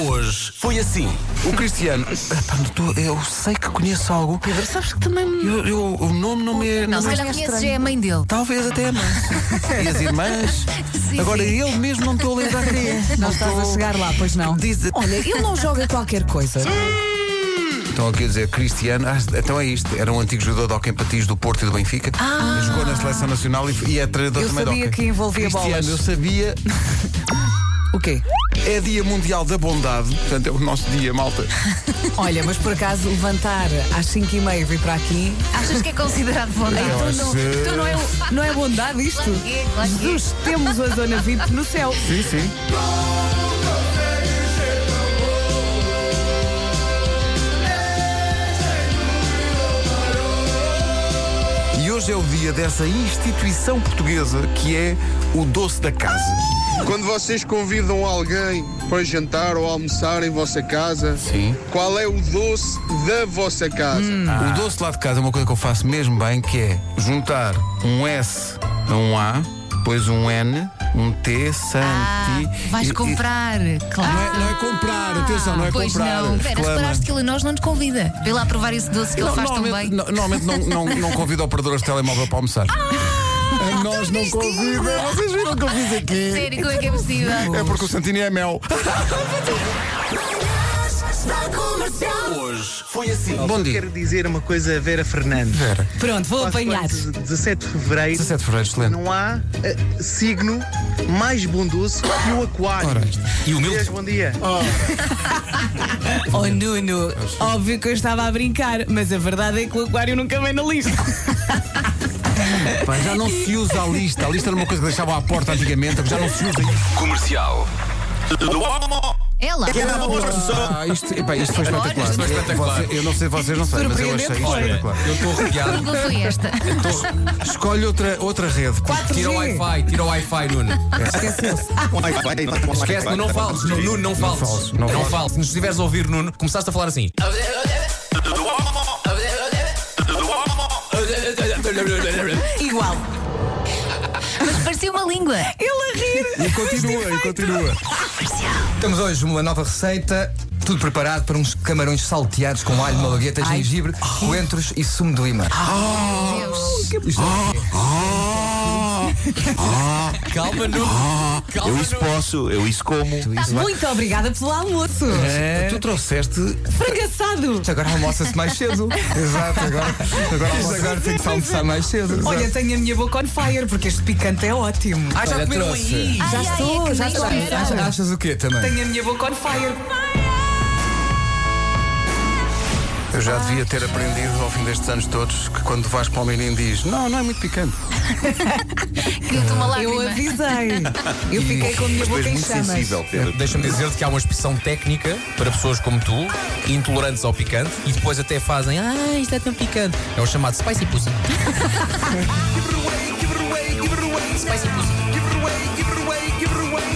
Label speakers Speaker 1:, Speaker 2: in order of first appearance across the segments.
Speaker 1: hoje foi assim. O Cristiano. Epá, não tô- eu sei que conheço algo.
Speaker 2: Pedro, sabes que também.
Speaker 1: Eu- eu- o nome não me é.
Speaker 3: Não,
Speaker 1: não-
Speaker 3: se calhar
Speaker 2: é
Speaker 3: conheces
Speaker 2: estranho.
Speaker 3: já é a mãe dele.
Speaker 1: Talvez até a mãe. E as irmãs.
Speaker 3: Sim,
Speaker 1: Agora
Speaker 3: sim.
Speaker 1: ele mesmo não me estou a lembrar quem é.
Speaker 4: Não estás a
Speaker 1: estou-
Speaker 4: chegar lá, pois não.
Speaker 1: Diz,
Speaker 4: Olha, ele não joga qualquer coisa.
Speaker 1: estão aqui a Então, dizer Cristiano. Ah, então é isto. Era um antigo jogador de hockey em patins do Porto e do Benfica.
Speaker 3: Ah.
Speaker 1: Jogou na seleção nacional e, e é treinador
Speaker 4: Eu
Speaker 1: também de
Speaker 4: sabia
Speaker 1: hockey.
Speaker 4: que envolvia
Speaker 1: Cristiano,
Speaker 4: bolas.
Speaker 1: eu sabia.
Speaker 4: O quê?
Speaker 1: É Dia Mundial da Bondade. Portanto, é o nosso dia, malta.
Speaker 4: Olha, mas por acaso levantar às 5h30 e vir para aqui
Speaker 3: Achas que é considerado bom?
Speaker 1: Eu
Speaker 3: Então não,
Speaker 1: acho-
Speaker 3: então não é o.
Speaker 4: não é bondade isto?
Speaker 3: Claro que é, claro que é.
Speaker 4: Jesus, temos a zona VIP no céu.
Speaker 1: Sim, sim. E hoje é o dia dessa instituição portuguesa que é o doce da casa.
Speaker 5: Quando vocês convidam alguém para jantar ou almoçar em vossa casa,
Speaker 1: Sim.
Speaker 5: qual é o doce da vossa casa?
Speaker 1: O doce lá de casa é uma coisa que eu faço mesmo bem, que é juntar um S a um A, depois um N, um T, Santi.
Speaker 3: Ah, vais
Speaker 1: e- e-
Speaker 3: comprar,
Speaker 1: Não,
Speaker 3: claro.
Speaker 1: é, não é comprar, atenção, não é
Speaker 3: pois
Speaker 1: comprar.
Speaker 3: não. Vera,
Speaker 1: Exclama.
Speaker 3: reparaste que ele a nós não nos convida. Vê lá provar esse doce que ele faz tão
Speaker 1: normalmente,
Speaker 3: bem.
Speaker 1: no- normalmente não, não, não convido operadoras de telemóvel para almoçar. a
Speaker 3: Ah,
Speaker 1: nós não
Speaker 3: viste
Speaker 1: convida. Vocês viram o que eu fiz aqui?
Speaker 3: Sério, como é que é possível?
Speaker 1: É porque o Santini é mel. Ah, Bom dia.
Speaker 6: Quero dizer uma coisa a Vera Fernandes.
Speaker 1: Vera,
Speaker 4: Pronto, vou
Speaker 6: Faz
Speaker 4: apanhar.
Speaker 6: quantos? 17 de fevereiro.
Speaker 1: 17 de fevereiro, excelente.
Speaker 6: Não há eh, signo mais bondoso que o aquário.
Speaker 1: Ora.
Speaker 6: E o meu? Bom dia.
Speaker 4: Oh Nuno, óbvio que eu estava a brincar, mas a verdade é que o aquário nunca vem na lista.
Speaker 1: Pá, já não se usa a lista. A lista era uma coisa que deixavam à porta antigamente, já não se usa isto.
Speaker 7: Comercial.
Speaker 3: Ela.
Speaker 1: Ah, isto, epá, isto foi espetacular.
Speaker 7: Isto foi espetacular.
Speaker 1: Você- eu não sei vocês, não sei, mas eu achei isto espetacular.
Speaker 7: Eu estou arrepiado.
Speaker 3: Qual é foi esta?
Speaker 1: Escolhe outra, outra rede. pá.
Speaker 7: Tira o
Speaker 4: 4G.
Speaker 7: Wi-Fi, tira o Wi-Fi, Nuno. Esquece, Nuno, não fales. Nuno, Nuno, não fales.
Speaker 1: fales, não fales.
Speaker 7: Se nos estiveres a ouvir, Nuno, começaste a falar assim.
Speaker 4: Igual.
Speaker 3: Mas parecia uma língua.
Speaker 1: E continua, e continua.
Speaker 8: Temos hoje uma nova receita, tudo preparado para uns camarões salteados com alho, malagueta, gengibre, coentros e sumo de lima.
Speaker 3: Deus.
Speaker 7: Calma, Nuno. Calma,
Speaker 9: Eu isso
Speaker 7: Nuno.
Speaker 9: posso, eu isso como.
Speaker 4: Muito obrigada pelo almoço.
Speaker 7: É.
Speaker 8: Eh, É?
Speaker 1: Tu trouxeste.
Speaker 4: Frangaçado.
Speaker 8: Isto Agora almoça-se mais cedo. Exato, agora, agora almoça, agora tem que se almoçar mais cedo.
Speaker 4: Olha, tenho a minha boca on fire, porque este picante é ótimo.
Speaker 7: Ah, já
Speaker 8: Olha,
Speaker 7: comeram
Speaker 8: trouxe.
Speaker 7: aí.
Speaker 3: Já
Speaker 4: estou, já estou.
Speaker 8: Achas, achas o quê também?
Speaker 4: Tenho a minha boca on fire.
Speaker 1: Eu já devia ter aprendido ao fim destes anos todos que quando vais para o menino diz: Não, não é muito picante.
Speaker 3: Caiu-te uma
Speaker 4: Eu
Speaker 3: lágrima.
Speaker 4: avisei. Eu fiquei com a minha
Speaker 9: Tu és
Speaker 4: boca em
Speaker 9: muito
Speaker 4: chamas.
Speaker 9: sensível, Pedro.
Speaker 7: Eh, Deixa-me dizer-te que há uma expressão técnica para pessoas como tu, intolerantes ao picante, e depois até fazem, ah, isto é tão picante. É o chamado spicy pussy. spicy pussy.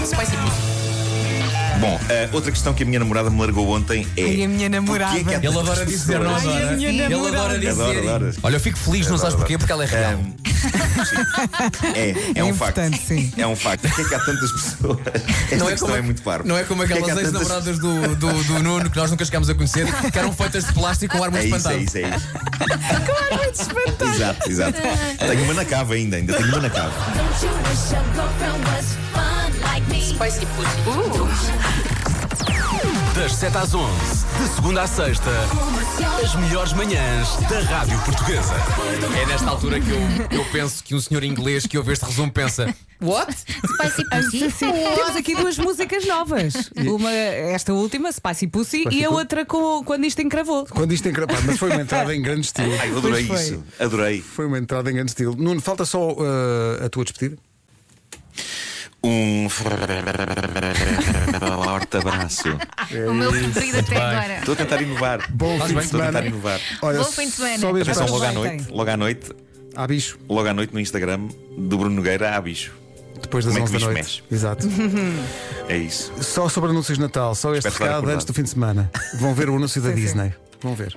Speaker 7: Spicy pussy.
Speaker 9: Bom, eh, outra questão que a minha namorada me largou ontem é.
Speaker 4: E a minha namorada.
Speaker 9: porquê que é? há
Speaker 7: Ele
Speaker 9: tantas
Speaker 7: adora dizer, não
Speaker 9: pessoas-
Speaker 4: Ai,
Speaker 7: adora?
Speaker 4: a minha
Speaker 7: Ele
Speaker 4: namorada.
Speaker 7: adora dizer.
Speaker 9: Adoro, adoro.
Speaker 7: Olha, eu fico feliz, não sabes
Speaker 9: Adoro,
Speaker 7: porquê? Porque ela é real.
Speaker 9: Ahm, sim. é, é um facto.
Speaker 4: importante, sim.
Speaker 9: É um facto. Porquê que há tantas pessoas? Esta questão é muito parva.
Speaker 7: não é como
Speaker 9: Porquê que
Speaker 7: aquelas
Speaker 9: há tantas-
Speaker 7: ex-namoradas do, do, do Nuno que nós nunca chegámos a conhecer, que eram feitas de plástico com ar muito
Speaker 9: É isso,
Speaker 7: espantado.
Speaker 9: é isso, é isso. Exato, exato. Tenho uma na cava ainda, ainda tenho uma na cava.
Speaker 7: Das 7 às 11, de segunda à sexta, as melhores manhãs da Rádio Portuguesa. É nesta altura que eu, eu penso que um senhor inglês que ouve este resumo pensa: What?
Speaker 3: Spicy pussy.
Speaker 4: Ah, Temos aqui duas músicas novas. Uma, esta última, Spicy Pussy, e a outra com, quando isto encravou.
Speaker 1: Quando isto é encrapado, mas foi uma entrada em grande estilo.
Speaker 9: Ai, eu adorei
Speaker 4: Pois foi.
Speaker 9: isso. Adorei.
Speaker 1: Foi uma entrada em grande estilo. Nuno, falta só eh, a tua despedida.
Speaker 9: Um forte abraço.
Speaker 3: O meu preferido até agora.
Speaker 9: Estou a tentar inovar.
Speaker 1: Bom
Speaker 9: Estou
Speaker 1: fim de
Speaker 9: a tentar
Speaker 1: semana.
Speaker 9: inovar.
Speaker 1: Olha,
Speaker 3: Bom fim de semana.
Speaker 1: Só mesmo
Speaker 9: Atenção,
Speaker 1: para-
Speaker 9: logo à
Speaker 4: Aproveitem.
Speaker 9: noite, logo à noite,
Speaker 1: Há bicho,
Speaker 9: logo à noite no Instagram do Bruno Nogueira há bicho.
Speaker 1: depois das
Speaker 9: Como é que
Speaker 1: 11 da
Speaker 9: bicho
Speaker 1: noite.
Speaker 9: mexe?
Speaker 1: Exato.
Speaker 9: É isso.
Speaker 1: Só sobre anúncios de Natal, só este
Speaker 9: Espero estar
Speaker 1: recado
Speaker 9: acordado.
Speaker 1: antes do fim de semana. Vão ver o anúncio da
Speaker 4: sim.
Speaker 1: Disney. Vão ver.